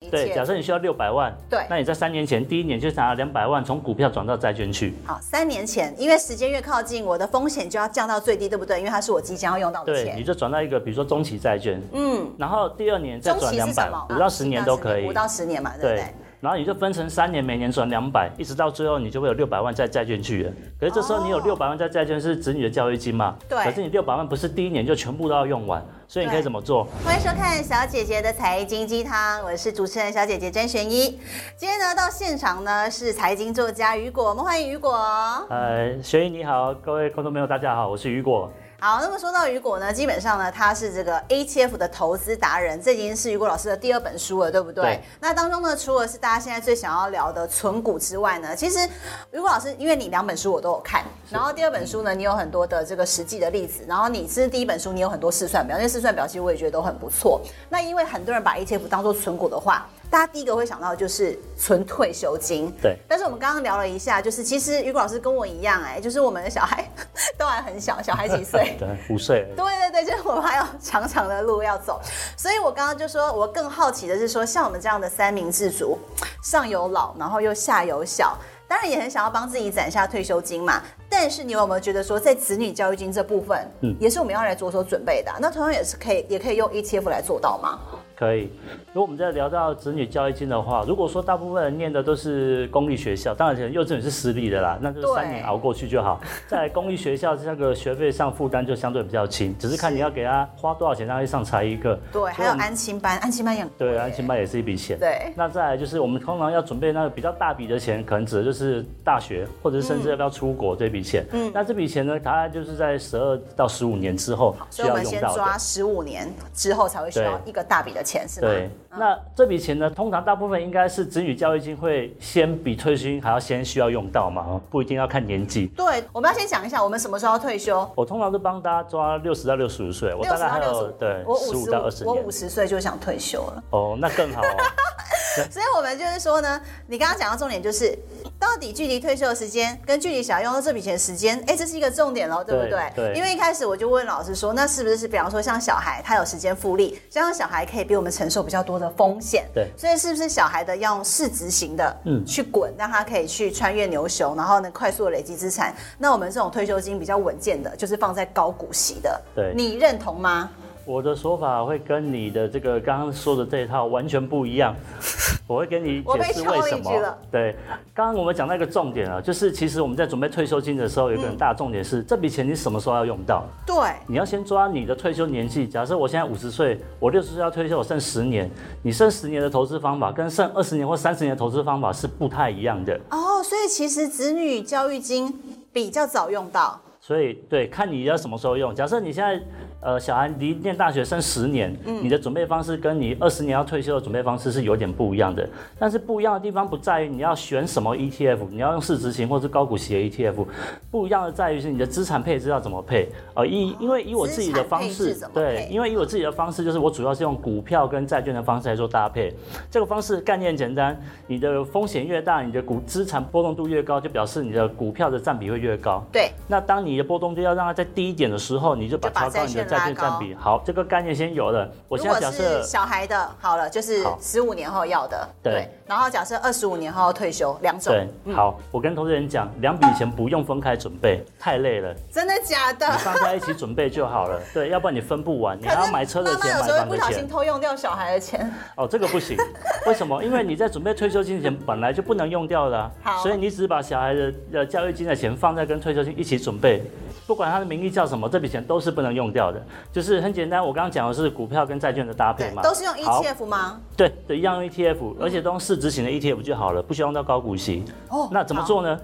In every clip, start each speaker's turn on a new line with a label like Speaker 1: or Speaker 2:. Speaker 1: 一
Speaker 2: 对，
Speaker 1: 切
Speaker 2: 假设你需要六百万，
Speaker 1: 对
Speaker 2: 那你在三年前第一年就拿了两百万，从股票转到债券去，
Speaker 1: 好，三年前，因为时间越靠近，我的风险就要降到最低，对不对？因为它是我即将要用到的
Speaker 2: 对，你
Speaker 1: 钱。
Speaker 2: 就转到一个比如说中期债券，
Speaker 1: 嗯，
Speaker 2: 然后第二年再
Speaker 1: 中
Speaker 2: 转
Speaker 1: 期
Speaker 2: 两
Speaker 1: 是
Speaker 2: 百
Speaker 1: 什么？，
Speaker 2: 五到十年都可以
Speaker 1: 五，到十年嘛，对不
Speaker 2: 对
Speaker 1: 对？。
Speaker 2: 然后你就分成三年，每年转两百，一直到最后你就会有六百万在债券去了。可是这时候你有
Speaker 1: 哦
Speaker 2: 六百万在债券是指你的教育金嘛？
Speaker 1: 对
Speaker 2: 可是你六百万不是第一年就全部都要用完，所以你可以
Speaker 1: 对
Speaker 2: 怎么做？
Speaker 1: 欢迎收看小姐姐的财经鸡汤，我是主持人小姐姐甄璇依。今天呢，到现场呢是财经作家雨果，我们欢迎雨果。
Speaker 2: 呃，学英你好，各位观众朋友大家好，我是雨果。
Speaker 1: 好，那么说到雨果呢，基本上呢，他是这个 ATF 的投资达人，这已经是雨果老师的第二本书了，对不对？
Speaker 2: 对
Speaker 1: 那当中呢，除了是大家现在最想要聊的存股之外呢，其实雨果老师，因为你两本书我都有看，然后第二本书呢，你有很多的这个实际的例子，然后你其实第一本书你有很多试算表，那些试算表其实我也觉得都很不错。那因为很多人把 ATF 当做存股的话，大家第一个会想到的就是存退休金，
Speaker 2: 对
Speaker 1: 但是我们刚刚聊了一下，就是其实雨果老师跟我一样、哎，就是我们的小孩 都还很小，小孩几岁？
Speaker 2: 对，五岁而已。
Speaker 1: 对对对，就是我们还有长长的路要走，所以我刚刚就说，我更好奇的是说，像我们这样的三明治族，上有老，然后又下有小，当然也很想要帮自己攒下退休金嘛。但是你有没有觉得说，在子女教育金这部分，嗯，也是我们要来着手准备的啊、那同样也是可以，也可以用 ETF 来做到吗？
Speaker 2: 可以。如果我们在聊到子女教育金的话，如果说大部分人念的都是公立学校，当然可能幼稚园是私立的啦，那就是三
Speaker 1: 对
Speaker 2: 年熬过去 就好。在公立学校这个学费上负担就相对比较轻，只是看你要给他花多少钱让他去上才艺课。
Speaker 1: 对，还有
Speaker 2: 所以我们
Speaker 1: 安亲班，安亲班也很
Speaker 2: 对
Speaker 1: 贵
Speaker 2: 安亲班也是一笔钱。
Speaker 1: 对
Speaker 2: 那再来就是我们通常要准备那个比较大笔的钱，可能指的就是大学，或者是甚至要不要出国这笔钱。嗯，那这笔钱呢，它就是在十二到十五年之后需
Speaker 1: 所以我
Speaker 2: 要
Speaker 1: 们
Speaker 2: 用
Speaker 1: 先
Speaker 2: 到的。
Speaker 1: 抓十五年之后才会需要
Speaker 2: 对
Speaker 1: 一个大笔的钱，是吗？嗯
Speaker 2: 对，那这笔钱呢，通常大部分应该是子女教育金会先比退休金还要先需要用到嘛，哦不一定要看年纪。
Speaker 1: 对，我们要先讲一下我们什么时候要退休。
Speaker 2: 我通常都帮大家抓六十到六十五岁，我
Speaker 1: 六
Speaker 2: 大
Speaker 1: 十
Speaker 2: 概
Speaker 1: 到
Speaker 2: 还
Speaker 1: 六十
Speaker 2: 有对
Speaker 1: 我
Speaker 2: 十
Speaker 1: 五
Speaker 2: 五
Speaker 1: 十
Speaker 2: 到二十
Speaker 1: 我
Speaker 2: 年
Speaker 1: 五十岁就想退休了。
Speaker 2: 哦，那更好、哦。
Speaker 1: 所以我们就是说呢，你刚刚讲到重点就是，到底距离退休的时间跟距离想要用到这笔钱的时间，哎，这是一个重点喽，对不对？
Speaker 2: 对对
Speaker 1: 因为一开始我就问老师说，那是不是比方说像小孩他有时间复利，加上小孩可以比我们承受比较多的风险，
Speaker 2: 对
Speaker 1: 所以是不是小孩的要用市值型的，嗯，
Speaker 2: 嗯
Speaker 1: 去滚，让他可以去穿越牛熊，然后呢快速地累积资产？那我们这种退休金比较稳健的，就是放在高股息的，
Speaker 2: 对
Speaker 1: 你认同吗？
Speaker 2: 我的说法会跟你的这个刚刚说的这一套完全不一 样，我会跟你
Speaker 1: 我被
Speaker 2: 解释
Speaker 1: 敲
Speaker 2: 为
Speaker 1: 了
Speaker 2: 什
Speaker 1: 一
Speaker 2: 么
Speaker 1: 句了。
Speaker 2: 对，刚刚我们讲到一个重点啊，就是其实我们在准备退休金的时候，
Speaker 1: 嗯
Speaker 2: 有一个很大的重点是，这笔钱你什么时候要用到？
Speaker 1: 对。
Speaker 2: 你要先抓你的退休年纪。假设我现在五十岁，我六十岁要退休，我剩十年。你剩十年的投资方法跟剩二十年或三十年的投资方法是不太一样的。
Speaker 1: 哦，所以其实子女教育金比较早用到，
Speaker 2: 所以对，看你要什么时候用。假设你现在呃小孩离念大学剩十年，
Speaker 1: 嗯
Speaker 2: 你的准备方式跟你二十年要退休的准备方式是有点不一样的。但是不一样的地方不在于你要选什么 ETF，你要用市值型或是高股息的 ETF，不一样的在于是你的资产配置要怎么配。呃，以因为以我自己的方
Speaker 1: 哦资产配
Speaker 2: 式
Speaker 1: 置怎么，配
Speaker 2: 对，因为以我自己的方式就是我主要是用股票跟债券的方式来做搭配。这个方式概念简单，你的风险越大，你的股资产波动度越高，就表示你的股票的占比会越高。
Speaker 1: 对，
Speaker 2: 那当你的波动就要让它在低一点的时候，你就把
Speaker 1: 就把
Speaker 2: 调高你的
Speaker 1: 债
Speaker 2: 债
Speaker 1: 券
Speaker 2: 券占比。好，这个概念先有了。我
Speaker 1: 如
Speaker 2: 现在
Speaker 1: 果
Speaker 2: 假
Speaker 1: 是
Speaker 2: 设
Speaker 1: 小孩的，好了，就是
Speaker 2: 好
Speaker 1: 十五年后要的，
Speaker 2: 对
Speaker 1: 然后假设二十五年后退休，两种，嗯
Speaker 2: 对，好，我跟投资人讲，两笔钱不用分开准备，太累 了，
Speaker 1: 真的假的？
Speaker 2: 放在一起准备就好了。对，要不然你分不完，你
Speaker 1: 可
Speaker 2: 还嗯要
Speaker 1: 是
Speaker 2: 买车的
Speaker 1: 妈妈
Speaker 2: 钱，
Speaker 1: 有
Speaker 2: 买
Speaker 1: 时候会
Speaker 2: 房
Speaker 1: 不
Speaker 2: 的
Speaker 1: 小心
Speaker 2: 钱。
Speaker 1: 偷用掉小孩的钱，
Speaker 2: 哦，这个不行，为 什么？因为你在准备退休金的钱本来就不能用掉的、啊
Speaker 1: 好，
Speaker 2: 所以你只把小孩的呃教育金的钱放在跟退休金一起准备，不管它的名义叫什么，这笔钱都是不能用掉的。就是很简单，我刚刚讲的是股票跟债券的搭配
Speaker 1: 对
Speaker 2: 嘛，，
Speaker 1: 都是用
Speaker 2: 好
Speaker 1: ETF 吗？
Speaker 2: 对对，一样用 ETF，而且都用市值型的 ETF 就好了，不需要用到高股息。
Speaker 1: 哦
Speaker 2: 那怎么？做呢？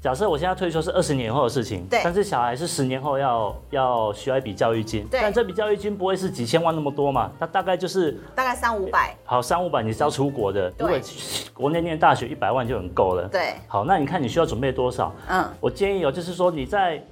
Speaker 2: 假设我现在退休是二十年后的事情，
Speaker 1: 对
Speaker 2: 但是小孩是十年后要要需要一笔教育金，
Speaker 1: 对
Speaker 2: 但这笔教育金不会是几千万那么多嘛？它大概就是
Speaker 1: 好大概三五百，
Speaker 2: 好三五百，你是要出国的，
Speaker 1: 对
Speaker 2: 如果国内念大学一百万就很够了。
Speaker 1: 对，
Speaker 2: 好，那你看你需要准备多少？
Speaker 1: 嗯，
Speaker 2: 我建议哦，就是说你在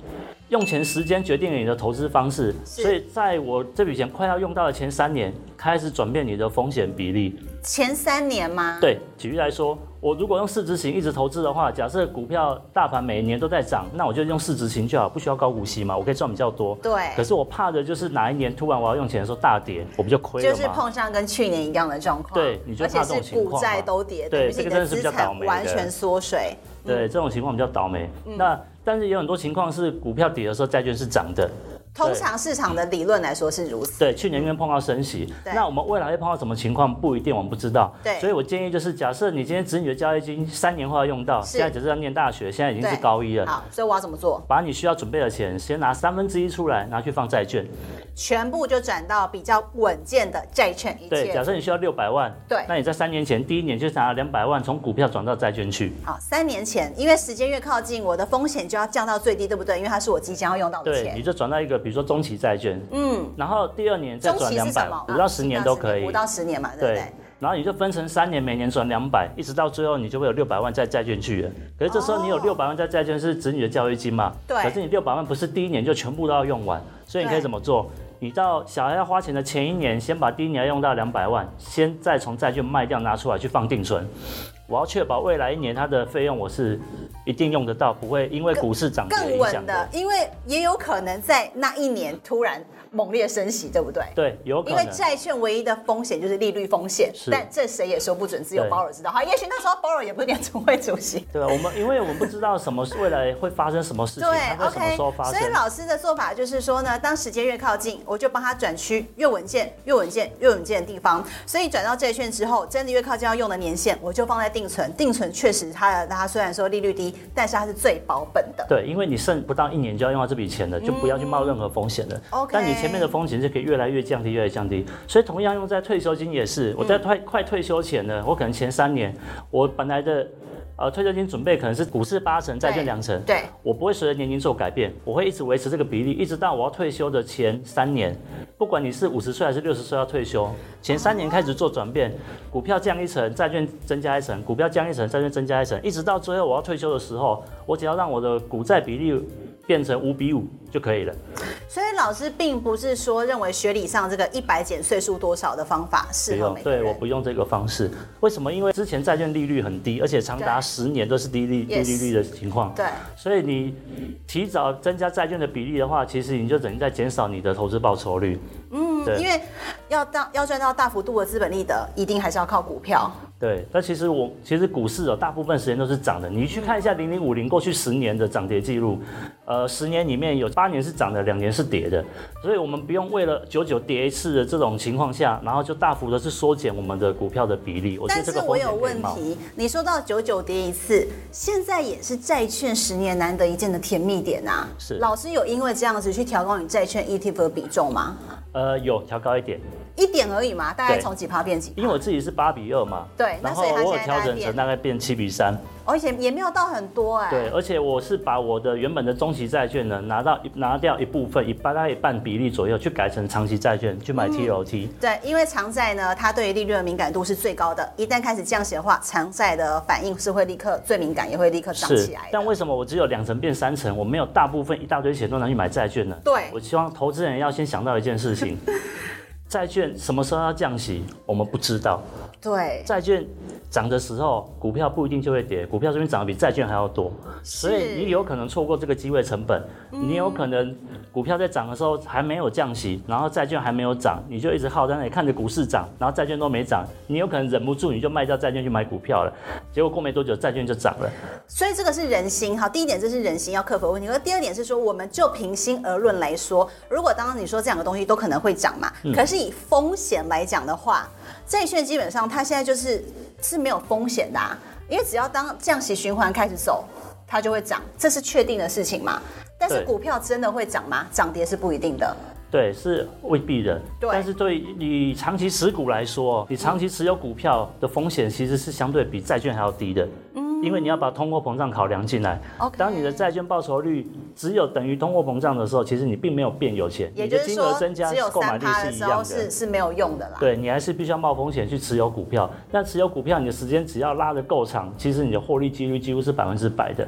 Speaker 2: 用钱时间决定了你的投资方式，
Speaker 1: 是
Speaker 2: 所以在我这笔钱快要用到的前三年，开始转变你的风险比例。
Speaker 1: 前三年吗？
Speaker 2: 对，举例来说，我如果用市值型一直投资的话，假设股票大盘每年都在涨，那我就用市值型就好，不需要高股息嘛，我可以赚比较多。
Speaker 1: 对
Speaker 2: 可是我怕的就是哪一年突然我要用钱的时候大跌，我不就亏了
Speaker 1: 就
Speaker 2: 吗？
Speaker 1: 是碰上跟去年一样的状况，
Speaker 2: 对你就
Speaker 1: 而且
Speaker 2: 怕这种
Speaker 1: 是
Speaker 2: 情况
Speaker 1: 股债
Speaker 2: 嘛
Speaker 1: 都跌，
Speaker 2: 对
Speaker 1: 等于是
Speaker 2: 这
Speaker 1: 你
Speaker 2: 个
Speaker 1: 的
Speaker 2: 真的是
Speaker 1: 资
Speaker 2: 比较倒
Speaker 1: 产
Speaker 2: 霉的
Speaker 1: 完全缩水。
Speaker 2: 对，这种情况比较倒霉。
Speaker 1: 嗯
Speaker 2: 那但是也有很多情况是股票跌的时候，债券是涨的。
Speaker 1: 通常市场的理论来说是如此。
Speaker 2: 对，去年因为碰到升息，
Speaker 1: 对
Speaker 2: 那我们未来会碰到什么情况不一定，我们不知道。
Speaker 1: 对
Speaker 2: 所以我建议就是，假设你今天子女的交易金三年后要用到，
Speaker 1: 是
Speaker 2: 现在只是要念大学，现在已经是
Speaker 1: 对
Speaker 2: 高一了。
Speaker 1: 好，所以我要怎么做？
Speaker 2: 把你需要准备的钱，先拿三分之一出来，拿去放债券。
Speaker 1: 全部就转到比较稳健的债券一
Speaker 2: 对，假
Speaker 1: 切。
Speaker 2: 设你需要六百万，
Speaker 1: 对
Speaker 2: 那你在三年前第一年就拿两百万从股票转到债券去。
Speaker 1: 好，三年前，因为时间越靠近，我的风险就要降到最低，对不对？因为它是我即将要用到的
Speaker 2: 对，你
Speaker 1: 钱。
Speaker 2: 就转到一个，比如说中期债券，
Speaker 1: 嗯，
Speaker 2: 然后第二年再
Speaker 1: 中
Speaker 2: 转
Speaker 1: 期
Speaker 2: 两
Speaker 1: 是
Speaker 2: 百
Speaker 1: 什么？，啊
Speaker 2: 五到十年都可以
Speaker 1: 五。到十年嘛，对不
Speaker 2: 对
Speaker 1: 对？，
Speaker 2: 然后你就分成三年，每年转两百，一直到最后你就会有六百万在债券去了。可是这时候你有
Speaker 1: 哦
Speaker 2: 六百万在债券是子女的教育金嘛？
Speaker 1: 对
Speaker 2: 可是你六百万不是第一年就全部都要用完，所以你可以
Speaker 1: 对
Speaker 2: 怎么做？你到小孩要花钱的前一年，先把第一年要用到两百万，先再从债券卖掉拿出来去放定存。我要确保未来一年它的费用我是一定用得到，不会因为股市涨跌
Speaker 1: 更
Speaker 2: 影响
Speaker 1: 稳的，。因为也有可能在那一年突然猛烈升息，对不对？
Speaker 2: 对，有可
Speaker 1: 因
Speaker 2: 能。
Speaker 1: 为债券唯一的风险就是利率风险，
Speaker 2: 是
Speaker 1: 但这谁也说不准，只有
Speaker 2: 对
Speaker 1: 鲍尔知道。好，也许那时候鲍尔也不是联储会主席。
Speaker 2: 对吧？啊我们因为我们不知道什么未来会发生什么事情，
Speaker 1: 对
Speaker 2: 它会什么
Speaker 1: ，OK，
Speaker 2: 时候发生。
Speaker 1: 所以老师的做法就是说呢，当时间越靠近，我就帮他转区，越稳健、越稳健、越稳健的地方。所以转到债券之后，真的越靠近要用的年限，我就放在定存。定存确实它的它虽然说利率低，但是它是最保本的。
Speaker 2: 对，因为你剩不到一年就要用到这笔钱了，就不要去冒任何风险了。
Speaker 1: 嗯 OK
Speaker 2: 但你前面的风险是可以越来越降低，越来越降低。所以同样用在退休金也是，
Speaker 1: 嗯
Speaker 2: 我在快、快退休前呢，我可能前三年我本来的呃退休金准备可能是股市八成，债券两成。
Speaker 1: 对
Speaker 2: 我不会随着年龄做改变，我会一直维持这个比例，一直到我要退休的前三年。不管你是五十岁还是六十岁要退休，前三年开始做转变，股票降一层，债券增加一层，股票降一层，债券增加一层，一直到最后我要退休的时候，我只要让我的股债比例变成五比五就可以了。
Speaker 1: 所以老师并不是说认为学理上这个一百减岁数多少的方法
Speaker 2: 不
Speaker 1: 适合
Speaker 2: 用
Speaker 1: 每，个
Speaker 2: 对，
Speaker 1: 人。
Speaker 2: 我不用这个方式。为什么？因为之前债券利率很低，而且长达
Speaker 1: 对
Speaker 2: 十年都是低利低
Speaker 1: Yes
Speaker 2: 利率的情况。
Speaker 1: 对
Speaker 2: 所以你提早增加债券的比例的话，其实你就等于在减少你的投资报酬率。嗯，
Speaker 1: 因
Speaker 2: 对
Speaker 1: 为要到要赚到大幅度的资本利得，一定还是要靠股票。
Speaker 2: 对。但其实我其实股市哦，大部分时间都是涨的。你去看一下零零五零过去十年的涨跌记录，呃，十年里面有八年是涨的，两年是跌的。所以我们不用为了久久跌一次的这种情况下，然后就大幅的去缩减我们的股票的比例。我觉得
Speaker 1: 但
Speaker 2: 这
Speaker 1: 是
Speaker 2: 个
Speaker 1: 我
Speaker 2: 风险
Speaker 1: 有
Speaker 2: 可以
Speaker 1: 问
Speaker 2: 冒。
Speaker 1: 题，你说到九九跌一次，现在也是债券十年难得一见的甜蜜点啊。
Speaker 2: 是
Speaker 1: 老师有因为这样子去调高你债券 ETF 的比重吗？
Speaker 2: 呃，有调高一点，
Speaker 1: 一点而已嘛，大概
Speaker 2: 对
Speaker 1: 从几趴变几趴？
Speaker 2: 因为我自己是八比二嘛，
Speaker 1: 对那
Speaker 2: 然后
Speaker 1: 所以它
Speaker 2: 我有
Speaker 1: 现在
Speaker 2: 调
Speaker 1: 大概
Speaker 2: 整
Speaker 1: 变啊
Speaker 2: 成大概变七比三，
Speaker 1: 而且也没有到很多哎、
Speaker 2: 对，而且我是把我的原本的中期债券呢拿到一拿掉一部分，一半大概一半比例左右去改成长期债券，去
Speaker 1: 嗯
Speaker 2: 买 TLT，、
Speaker 1: 对，因为长债呢，它对于利率的敏感度是最高的，一旦开始降息的话，长债的反应是会立刻最敏感，也会立刻涨起来的。
Speaker 2: 但为什么我只有两成变三成，我没有大部分一大堆钱都拿去买债券呢？
Speaker 1: 对
Speaker 2: 我希望投资人要先想到一件事 情，债券什么时候要降息，我们不知道。
Speaker 1: 对，
Speaker 2: 债券涨的时候，股票不一定就会跌，股票这边涨得比债券还要多，所以你有可能错过这个机会成本，
Speaker 1: 嗯
Speaker 2: 你有可能股票在涨的时候还没有降息，然后债券还没有涨，你就一直耗在那里看着股市涨，然后债券都没涨，你有可能忍不住你就卖掉债券去买股票了，结果过没多久债券就涨了，
Speaker 1: 所以这个是人心。好，第一点这是人心要克服的问题，而第二点是说，我们就平心而论来说，如果当你说这两个东西都可能会涨嘛，
Speaker 2: 嗯
Speaker 1: 可是以风险来讲的话，债券基本上它现在就是是没有风险的、啊，因为只要当降息循环开始走，它就会涨，这是确定的事情嘛。但是
Speaker 2: 对
Speaker 1: 股票真的会涨吗？涨跌是不一定的。
Speaker 2: 对，是未必的。
Speaker 1: 对
Speaker 2: 但是对于你长期持股来说，你长期持有股票的风险其实是相对比债券还要低的。因为你要把通货膨胀考量进来。
Speaker 1: 嗯 OK
Speaker 2: 当你的债券报酬率只有等于通货膨胀的时候，其实你并没有变有钱，
Speaker 1: 也
Speaker 2: 你
Speaker 1: 就
Speaker 2: 的
Speaker 1: 是
Speaker 2: 金
Speaker 1: 说
Speaker 2: 额，增加
Speaker 1: 只有，
Speaker 2: 购
Speaker 1: 三
Speaker 2: 买力
Speaker 1: 趴的
Speaker 2: 是一
Speaker 1: 时候
Speaker 2: 样
Speaker 1: 是
Speaker 2: 的。
Speaker 1: 是没有用的啦。
Speaker 2: 对你还是必须要冒风险去持有股票，但持有股票你的时间只要拉得够长，其实你的获利几率几乎是百分之百的。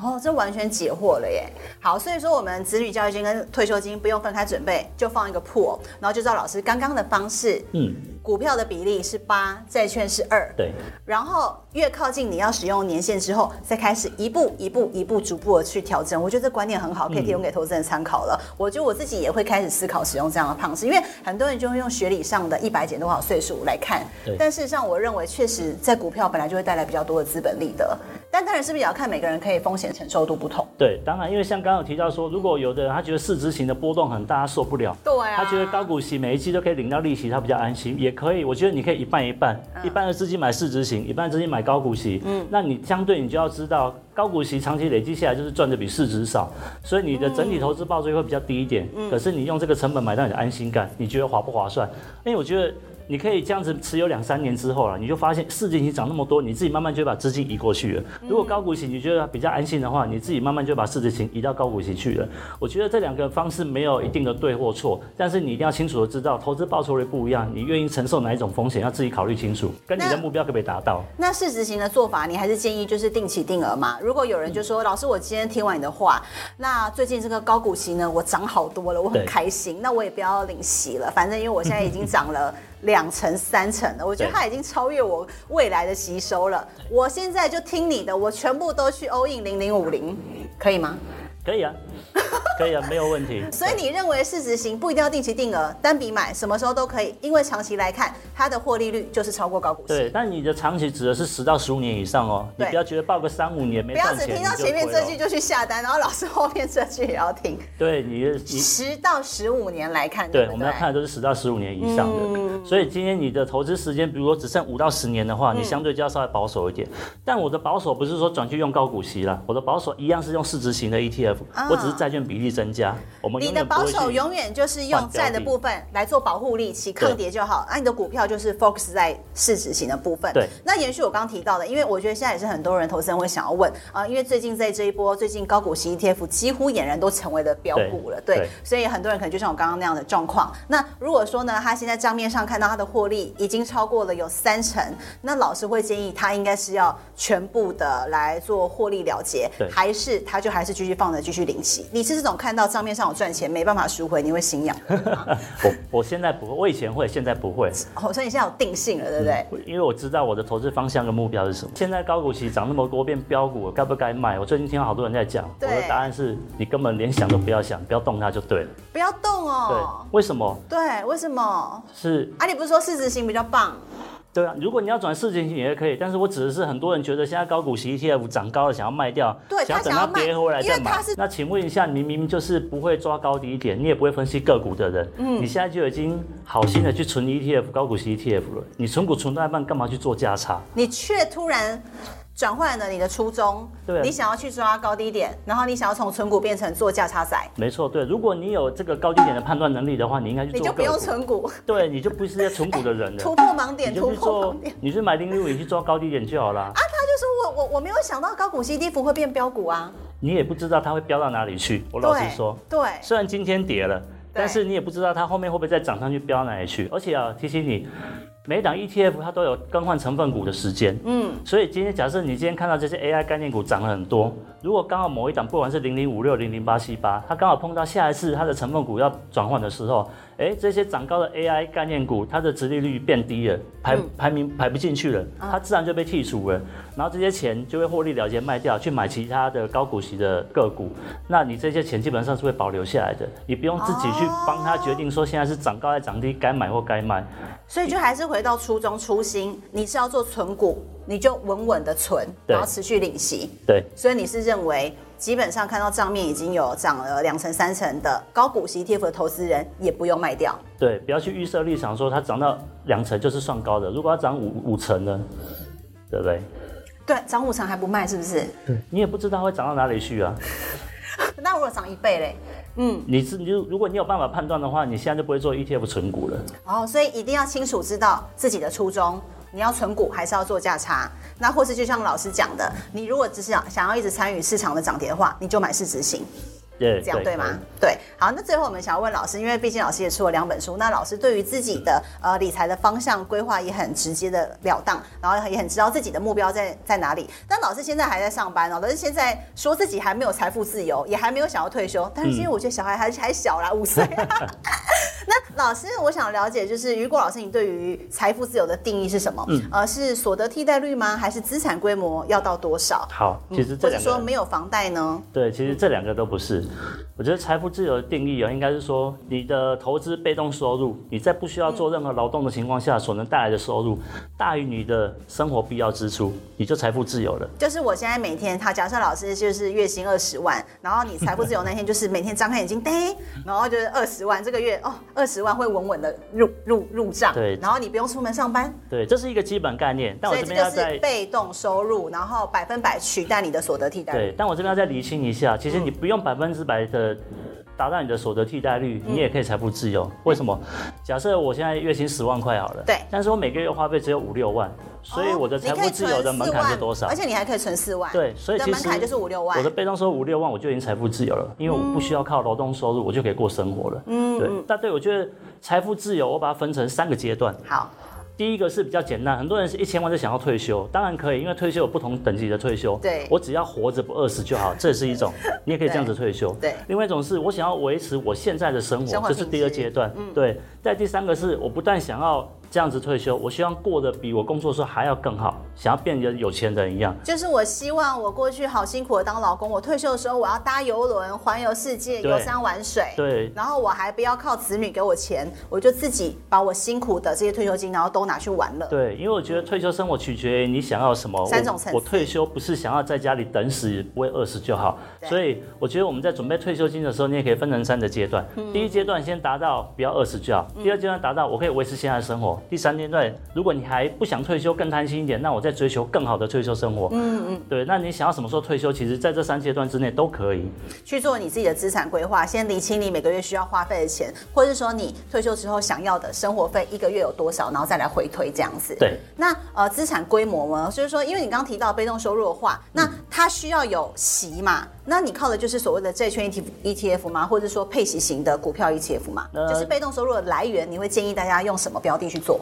Speaker 1: 哦，这完全解惑了耶！好，所以说我们子女教育金跟退休金不用分开准备，就放一个 pool，然后就照老师刚刚的方式，
Speaker 2: 嗯，
Speaker 1: 股票的比例是八，债券是二，
Speaker 2: 对，
Speaker 1: 然后越靠近你要使用年限之后，再开始一步一步一步逐步的去调整。我觉得这观念很好，
Speaker 2: 嗯
Speaker 1: 可以提供给投资人参考了。我觉得我自己也会开始思考使用这样的胖式，因为很多人就会用学理上的一百减多少岁数来看
Speaker 2: 对，
Speaker 1: 但事实上我认为确实在股票本来就会带来比较多的资本利得，但当然是不是也要看每个人可以风险承受度不同。
Speaker 2: 对，当然，因为像刚刚有提到说，如果有的人他觉得市值型的波动很大，他受不了。
Speaker 1: 对啊
Speaker 2: 他觉得高股息每一季都可以领到利息，他比较安心，也可以。我觉得你可以一半一半，
Speaker 1: 嗯
Speaker 2: 一半的资金买市值型，一半资金买高股息。嗯，那你相对你就要知道，高股息长期累积下来就是赚的比市值少，所以你的整体投资报酬率会比较低一点。
Speaker 1: 嗯
Speaker 2: 可是你用这个成本买到你的安心感，你觉得划不划算？因为我觉得。你可以这样子持有两三年之后了，你就发现市值已经涨那么多，你自己慢慢就会把资金移过去了。
Speaker 1: 嗯
Speaker 2: 如果高股息你觉得比较安心的话，你自己慢慢就把市值型移到高股息去了。我觉得这两个方式没有一定的对或错，但是你一定要清楚的知道，投资报酬率不一样，你愿意承受哪一种风险，要自己考虑清楚，跟你的
Speaker 1: 那
Speaker 2: 目标可不可以达到。
Speaker 1: 那市值型的做法，你还是建议就是定期定额嘛？如果有人就
Speaker 2: 嗯
Speaker 1: 说，老师，我今天听完你的话，那最近这个高股息呢，我涨好多了，我很
Speaker 2: 对
Speaker 1: 开心，那我也不要领息了，反正因为我现在已经涨 了两成、三成了，我觉得
Speaker 2: 对
Speaker 1: 它已经超越我未来的吸收了。我现在就听你的，我全部都去 all in 零零五零，可以吗？
Speaker 2: 可 以啊，可以啊，没有问题。
Speaker 1: 所以你认为市值型不一定要定期定额，单笔买什么时候都可以，因为长期来看，它的获利率就是超过高股息。
Speaker 2: 对，但你的长期指的是十到十五年以上哦，你
Speaker 1: 对
Speaker 2: 不要觉得报个三五年没
Speaker 1: 不要
Speaker 2: 赚
Speaker 1: 只
Speaker 2: 钱，
Speaker 1: 听到
Speaker 2: 你就
Speaker 1: 前面
Speaker 2: 亏
Speaker 1: 这
Speaker 2: 了哦
Speaker 1: 句就去下单，然后老师后面这句也要听。
Speaker 2: 对你的你
Speaker 1: 十到十五年来看，
Speaker 2: 嗯对，
Speaker 1: 不
Speaker 2: 我们要看的都是十到十五年以上的。
Speaker 1: 嗯
Speaker 2: 所以今天你的投资时间，比如说只剩五到十年的话，你相对就要稍微保守一点。但我的保守不是说转去用高股息啦，我的保守一样是用市值型的 ETF，、
Speaker 1: 啊
Speaker 2: 我只是债券比例增加。我们
Speaker 1: 你
Speaker 2: 永
Speaker 1: 的
Speaker 2: 远不
Speaker 1: 保
Speaker 2: 会去
Speaker 1: 守永远就是用债的部分来做保护力，起抗跌就好。那、你的股票就是 focus 在市值型的部分。
Speaker 2: 对
Speaker 1: 那延续我刚刚提到的，因为我觉得现在也是很多人投资人会想要问啊、因为最近在这一波，最近高股息 ETF 几乎俨然都成为了标股了，对，
Speaker 2: 对对
Speaker 1: 所以很多人可能就像我刚刚那样的状况。那如果说呢，他现在账面上看到他的获利已经超过了有三成，那老师会建议他应该是要全部的来做获利了结，
Speaker 2: 对
Speaker 1: 还是他就还是继续放着继续领息？你是这种看到账面上有赚钱没办法赎回，你会心痒？
Speaker 2: 我我现在不会，我以前会，现在不会。
Speaker 1: 哦，所以你现在有定性了，对不对？
Speaker 2: 因为我知道我的投资方向跟目标是什么。现在高股息涨那么多，变标股，我该不该卖？我最近听到好多人在讲，我
Speaker 1: 对
Speaker 2: 的答案是你根本连想都不要想，不要动它就对了。
Speaker 1: 不要动
Speaker 2: 嗯对
Speaker 1: 哦，。
Speaker 2: 为什么？
Speaker 1: 对，为什么？
Speaker 2: 是
Speaker 1: 啊，你不是说市值型比较棒？
Speaker 2: 对啊，如果你要转市值型也可以，但是我指的是很多人觉得现在高股息 ETF 涨高了，想要卖掉，
Speaker 1: 对他
Speaker 2: 想要等
Speaker 1: 想要
Speaker 2: 它
Speaker 1: 卖
Speaker 2: 跌回来再
Speaker 1: 因为
Speaker 2: 买
Speaker 1: 他是。
Speaker 2: 那请问一下，你明明就是不会抓高低点，你也不会分析个股的人，
Speaker 1: 嗯
Speaker 2: 你现在就已经好心的去存 ETF 高股息 ETF 了，你存股存到一半，干嘛去做价差？
Speaker 1: 你却突然转换了你的初衷，
Speaker 2: 对啊
Speaker 1: 你想要去抓高低点，然后你想要从存股变成做价差仔，
Speaker 2: 没错，对，如果你有这个高低点的判断能力的话，你应该去
Speaker 1: 你
Speaker 2: 做
Speaker 1: 就
Speaker 2: 个股，
Speaker 1: 不用存股，
Speaker 2: 对，你就不是在存股 的人了，
Speaker 1: 突破盲点，
Speaker 2: 你
Speaker 1: 突
Speaker 2: 就去
Speaker 1: 破
Speaker 2: 做
Speaker 1: 盲点。，
Speaker 2: 你去买零零五，你去抓高低点就好啦。
Speaker 1: 啊，他就说我我我没有想到高股息跌幅会变标股啊，
Speaker 2: 你也不知道它会飙到哪里去。我老实说，
Speaker 1: 对对
Speaker 2: 虽然今天跌了，但是你也不知道它后面会不会再涨上去飙到哪里去。而且啊，提醒你，每一档 ETF 它都有更换成分股的时间。嗯，所以今天假设你今天看到这些 AI 概念股涨了很多，如果刚好某一档不管是零零五六、零零八七八，它刚好碰到下一次它的成分股要转换的时候，哎，这些涨高的 AI 概念股它的殖利率变低了，排、排名排不进去了，它自然就被剔除了。然后这些钱就会获利了结卖掉，去买其他的高股息的个股。那你这些钱基本上是会保留下来的，你不用自己去帮他决定说现在是涨高还是涨低，该买或该卖。
Speaker 1: 所以就还是回到初衷初心，你是要做存股，你就稳稳的存，
Speaker 2: 对
Speaker 1: 然后持续领息。
Speaker 2: 对，
Speaker 1: 所以你是认为，基本上看到账面已经有涨了两成三成的高股息 ETF 的投资人，也不用卖掉。
Speaker 2: 对，不要去预设立场说它涨到两成就是算高的，如果它涨五五成呢，对不对？
Speaker 1: 对，涨五成还不卖是不是？
Speaker 2: 你也不知道它会涨到哪里去啊。
Speaker 1: 那如果涨一倍嘞？
Speaker 2: 你是你如如果你有办法判断的话，你现在就不会做 ETF 存股了。
Speaker 1: 哦，所以一定要清楚知道自己的初衷，你要存股还是要做价差？那或是就像老师讲的，你如果只是想想要一直参与市场的涨跌的话，你就买市值型。
Speaker 2: 对
Speaker 1: 这样
Speaker 2: 对
Speaker 1: 对吗？对，好，那最后我们想要问老师，因为毕竟老师也出了两本书，那老师对于自己的呃理财的方向规划也很直接的了当，然后也很知道自己的目标在在哪里。但老师现在还在上班哦，老师现在说自己还没有财富自由，也还没有想要退休，但是
Speaker 2: 嗯
Speaker 1: 因为我觉得小孩还还小啦，五岁。啊 那老师，我想了解，就是雨果老师，你对于财富自由的定义是什么？
Speaker 2: 嗯
Speaker 1: 呃，是所得替代率吗？还是资产规模要到多少？
Speaker 2: 好，其实
Speaker 1: 嗯或
Speaker 2: 这
Speaker 1: 者
Speaker 2: 两
Speaker 1: 说
Speaker 2: 个，
Speaker 1: 没有房贷呢？
Speaker 2: 对，其实这两个都不是。我觉得财富自由的定义啊，应该是说你的投资被动收入，你在不需
Speaker 1: 嗯
Speaker 2: 要做任何劳动的情况下所能带来的收入，大于你的生活必要支出，你就财富自由了。
Speaker 1: 就是我现在每天，他假设老师就是月薪二十万，然后你财富自由那天就是每天张开眼睛，叮，然后就是二十万，这个月哦，二十万会稳稳的入入入账，
Speaker 2: 对
Speaker 1: 然后你不用出门上班，
Speaker 2: 对，这是一个基本概念。但我
Speaker 1: 所
Speaker 2: 这
Speaker 1: 以这
Speaker 2: 边要
Speaker 1: 就是
Speaker 2: 在
Speaker 1: 被动收入，然后百分百取代你的所得替代率。
Speaker 2: 对，但我这边要再厘清一下，其
Speaker 1: 嗯
Speaker 2: 实你不用百分之百的达到你的所得替代率，
Speaker 1: 嗯
Speaker 2: 你也可以财富自由。为什么？假设我现在月薪十万块好了，
Speaker 1: 对
Speaker 2: 但是我每个月花费只有五六万，所以我的财富自由的门槛是多少
Speaker 1: 哦你可以存4万而？且你还可以存四万，
Speaker 2: 对，所
Speaker 1: 你
Speaker 2: 以
Speaker 1: 的
Speaker 2: 其
Speaker 1: 门
Speaker 2: 实
Speaker 1: 槛就是五六万嗯
Speaker 2: 我的。被动收入五六万，我就已经财富自由了，因为我不需要靠劳动收入，我就可以过生活了。嗯，对。但对我觉得财富自由，我把它分成三个阶段。
Speaker 1: 好，
Speaker 2: 第一个是比较简单，很多人是一千万就想要退休，当然可以，因为退休有不同等级的退休。
Speaker 1: 对
Speaker 2: 我只要活着不饿死就好，这也是 一种，你也可以这样子退休。
Speaker 1: 对
Speaker 2: 另外一种是我想要维持我现在的生活，
Speaker 1: 生活
Speaker 2: 这是第二
Speaker 1: 品质嗯
Speaker 2: 阶段。对，在第三个是我不但想要这样子退休，我希望过得比我工作的时候还要更好，想要变得有钱人一样。
Speaker 1: 就是我希望我过去好辛苦的当老公，我退休的时候我要搭游轮环游世界，
Speaker 2: 对
Speaker 1: 游山玩水。
Speaker 2: 对
Speaker 1: 然后我还不要靠子女给我钱，我就自己把我辛苦的这些退休金，然后都拿去玩乐。
Speaker 2: 对，因为我觉得退休生活取决于你想要什么。
Speaker 1: 三种层次
Speaker 2: 我。我退休不是想要在家里等死不会饿死就好，
Speaker 1: 对
Speaker 2: 所以我觉得我们在准备退休金的时候，你也可以分成三个阶段。
Speaker 1: 嗯
Speaker 2: 第一阶段先达到不要饿死就好，第二阶段达到我可以维持现在的生活，第三阶段如果你还不想退休，更贪心一点，那我再追求更好的退休生活。嗯嗯，对，那你想要什么时候退休，其实在这三阶段之内都可以。
Speaker 1: 去做你自己的资产规划，先理清你每个月需要花费的钱，或是说你退休之后想要的生活费一个月有多少，然后再来回推这样子。
Speaker 2: 对。
Speaker 1: 那呃，资产规模呢？就是说，因为你刚刚提到被动收入的话，那它需要有息嘛？那你靠的就是所谓的债券 ETF ETF 吗？或者说配息型的股票 ETF 吗？
Speaker 2: 呃
Speaker 1: 就是被动收入的来源，你会建议大家用什么标的去做？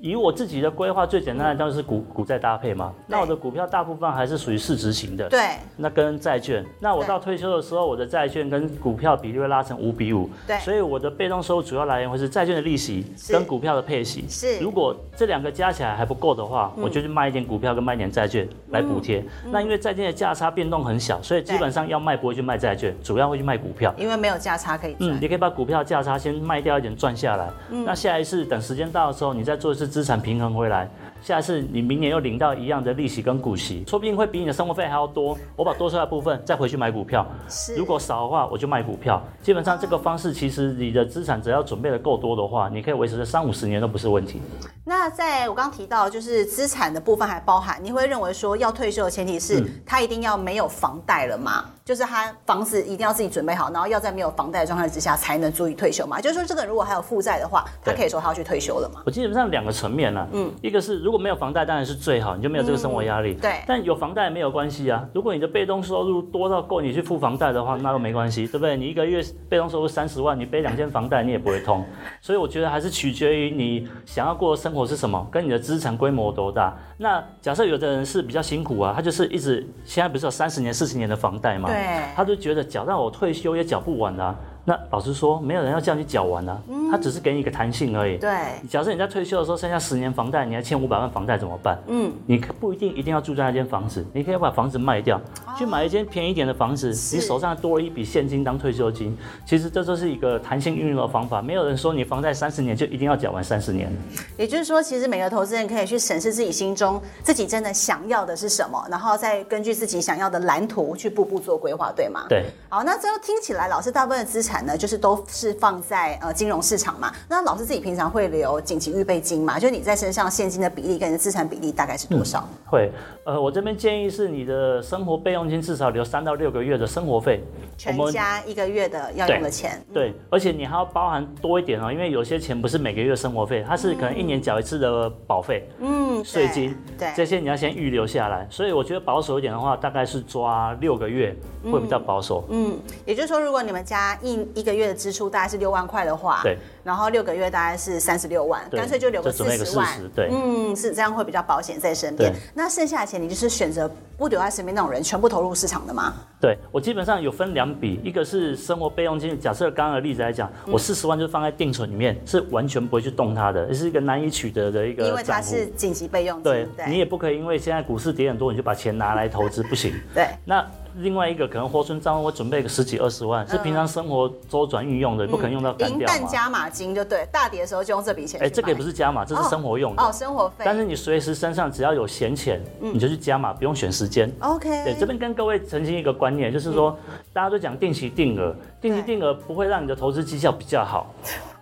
Speaker 2: 以我自己的规划，最简单的当然是股股债搭配嘛。那我的股票大部分还是属于市值型的。
Speaker 1: 对，
Speaker 2: 那跟债券，那我到退休的时候，我的债券跟股票比例会拉成五比五，
Speaker 1: 对
Speaker 2: 所以我的被动收入主要来源会是债券的利息
Speaker 1: 是
Speaker 2: 跟股票的配息。
Speaker 1: 是嗯
Speaker 2: 如果这两个加起来还不够的话，我就去卖一点股票跟卖一点债券来补贴。那因为债券的价差变动很小，所以基本上要卖不会去卖债券，主要会去卖股票。
Speaker 1: 因为没有价差可以赚。
Speaker 2: 嗯，你可以把股票价差先卖掉一点赚下来，那下一次等时间到的时候，你再做一次资产平衡回来，下一次你明年又领到一样的利息跟股息，说不定会比你的生活费还要多。我把多出来的部分再回去买股票，
Speaker 1: 是
Speaker 2: 如果少的话我就卖股票。基本上这个方式，其实你的资产只要准备的够多的话，你可以维持这三五十年都不是问题。
Speaker 1: 那在我刚刚提到，就是资产的部分还包含，你会认为说要退休的前提是他一定要没有房贷了吗？就是他房子一定要自己准备好，然后要在没有房贷的状态之下才能足以退休嘛？就是说，这个人如果还有负债的话，他
Speaker 2: 对
Speaker 1: 可以说他要去退休了嘛？
Speaker 2: 我基本上两个层面啦、嗯，一个是如果没有房贷当然是最好，你就没有这个生活压力、
Speaker 1: 嗯对
Speaker 2: 但有房贷没有关系啊，如果你的被动收入多到够你去付房贷的话，那都没关系，对不对？你一个月被动收入三十万，你背两间房贷你也不会 痛，所以我觉得还是取决于你想要过的生活是什么，跟你的资产规模有多大。那假设有的人是比较辛苦啊，他就是一直现在不是有三十年、四十年的房贷嘛，
Speaker 1: 对
Speaker 2: 他就觉得缴到我退休也缴不完啊。那老实说，没有人要叫你缴完啊，
Speaker 1: 嗯
Speaker 2: 他只是给你一个弹性而已。
Speaker 1: 对，
Speaker 2: 假设你在退休的时候剩下十年房贷，你还欠五百万房贷怎么办？嗯，你可不一定一定要住在那间房子，你可以把房子卖掉，去买一间便宜一点的房子，你手上多了一笔现金当退休金。其实这就是一个弹性运用的方法，没有人说你房贷三十年就一定要缴完三十年。
Speaker 1: 也就是说，其实每个投资人可以去审视自己心中自己真的想要的是什么，然后再根据自己想要的蓝图去步步做规划，对吗？
Speaker 2: 对。
Speaker 1: 好，那最后听起来，老师大部分的资产产呢，就是都是放在呃金融市场嘛。那老师自己平常会留紧急预备金嘛？就你在身上现金的比例跟你的资产比例大概是多少？
Speaker 2: 会，呃，我这边建议是你的生活备用金至少留三到六个月的生活费，
Speaker 1: 全家一个月的要用的钱，
Speaker 2: 对，而且你还要包含多一点哦，因为有些钱不是每个月生活费，它是可能一年缴一次的保费、
Speaker 1: 嗯，
Speaker 2: 税
Speaker 1: 对
Speaker 2: 金，
Speaker 1: 对，
Speaker 2: 这些你要先预留下来。所以我觉得保守一点的话，大概是抓六个月会比较保守。
Speaker 1: 嗯，也就是说，如果你们家一一个月的支出大概是六万块的话，
Speaker 2: 对，
Speaker 1: 然后六个月大概是三十六万，
Speaker 2: 对
Speaker 1: 干脆就留个
Speaker 2: 就
Speaker 1: 四
Speaker 2: 准备个
Speaker 1: 十万
Speaker 2: 40，对
Speaker 1: 嗯，是这样会比较保险在身边
Speaker 2: 对。
Speaker 1: 那剩下的钱你就是选择不留在身边那种人，全部投入市场的吗？
Speaker 2: 对我基本上有分两笔，一个是生活备用金，假设刚刚的例子来讲，
Speaker 1: 嗯
Speaker 2: 我四十万就放在定存里面，是完全不会去动它的，是一个难以取得的一个
Speaker 1: 因为它
Speaker 2: 账户
Speaker 1: 是紧急备用金，
Speaker 2: 对你也不可以因为现在股市跌很多，你就把钱拿来投资，不行。
Speaker 1: 对
Speaker 2: 那另外一个可能活存账户，我准备个十几二十万，是平常生活周转运用的，不可能用到干
Speaker 1: 嗯银
Speaker 2: 掉
Speaker 1: 弹
Speaker 2: 嘛。
Speaker 1: 加码金就对，大跌的时候就用这笔钱去
Speaker 2: 哎，
Speaker 1: 买。
Speaker 2: 这个也不是加码，这是
Speaker 1: 哦
Speaker 2: 生活用的。
Speaker 1: 哦，生活费。
Speaker 2: 但是你随时身上只要有闲钱，
Speaker 1: 嗯
Speaker 2: 你就去加码，不用选时间。
Speaker 1: OK，
Speaker 2: 对，这边跟各位澄清一个观念，就是说，
Speaker 1: 嗯
Speaker 2: 大家都讲定期定额，定期
Speaker 1: 对
Speaker 2: 定额不会让你的投资绩效比较好，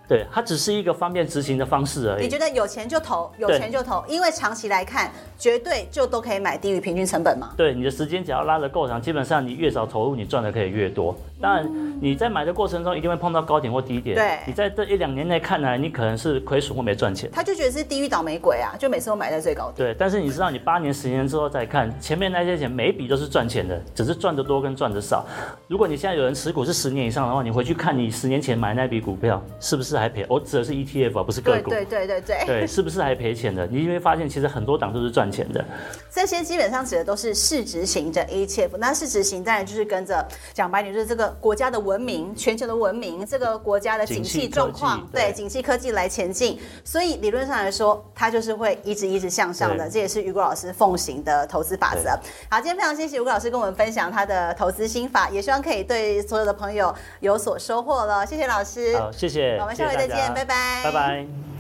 Speaker 2: 对，它只是一个方便执行的方式而
Speaker 1: 你
Speaker 2: 已。
Speaker 1: 觉得有钱就投，有
Speaker 2: 对
Speaker 1: 钱就投，因为长期来看，绝对就都可以买低于平均成本嘛。
Speaker 2: 对，你的时间只要拉得够长，基本上你越早投入，你赚的可以越多。当然，你在买的过程中一定会碰到高点或低点。
Speaker 1: 嗯对
Speaker 2: 你在这一两年内看来，你可能是亏损或没赚钱。
Speaker 1: 他就觉得是地狱倒霉鬼啊，就每次都买在最高点。
Speaker 2: 对，但是你知道，你八年、十年之后再看，前面那些钱每一笔都是赚钱的，只是赚的多跟赚的少。如果你现在有人持股是十年以上的话，你回去看你十年前买那笔股票是不是还赔？我指的是 ETF 啊，不是个
Speaker 1: 对
Speaker 2: 股。
Speaker 1: 对对对哎对，
Speaker 2: 对，是不是还赔钱的？你就会发现，其实很多档都是赚钱的。
Speaker 1: 这些基本上指的都是市值型的 ETF。那市值型当然就是跟着讲白点，就是这个国家的文明、全球的文明、这个国家的景气状况
Speaker 2: 景气，科技
Speaker 1: 对
Speaker 2: 对
Speaker 1: 景气科技来前进。所以理论上来说，它就是会一直一直向上的。
Speaker 2: 对
Speaker 1: 这也是雨果老师奉行的投资法则。好，今天非常谢谢雨果老师跟我们分享他的投资心法，也希望可以对所有的朋友有所收获了。谢谢老师，
Speaker 2: 好，谢谢，
Speaker 1: 我们下回再
Speaker 2: 谢谢大
Speaker 1: 见，
Speaker 2: 家
Speaker 1: 拜拜，
Speaker 2: 拜拜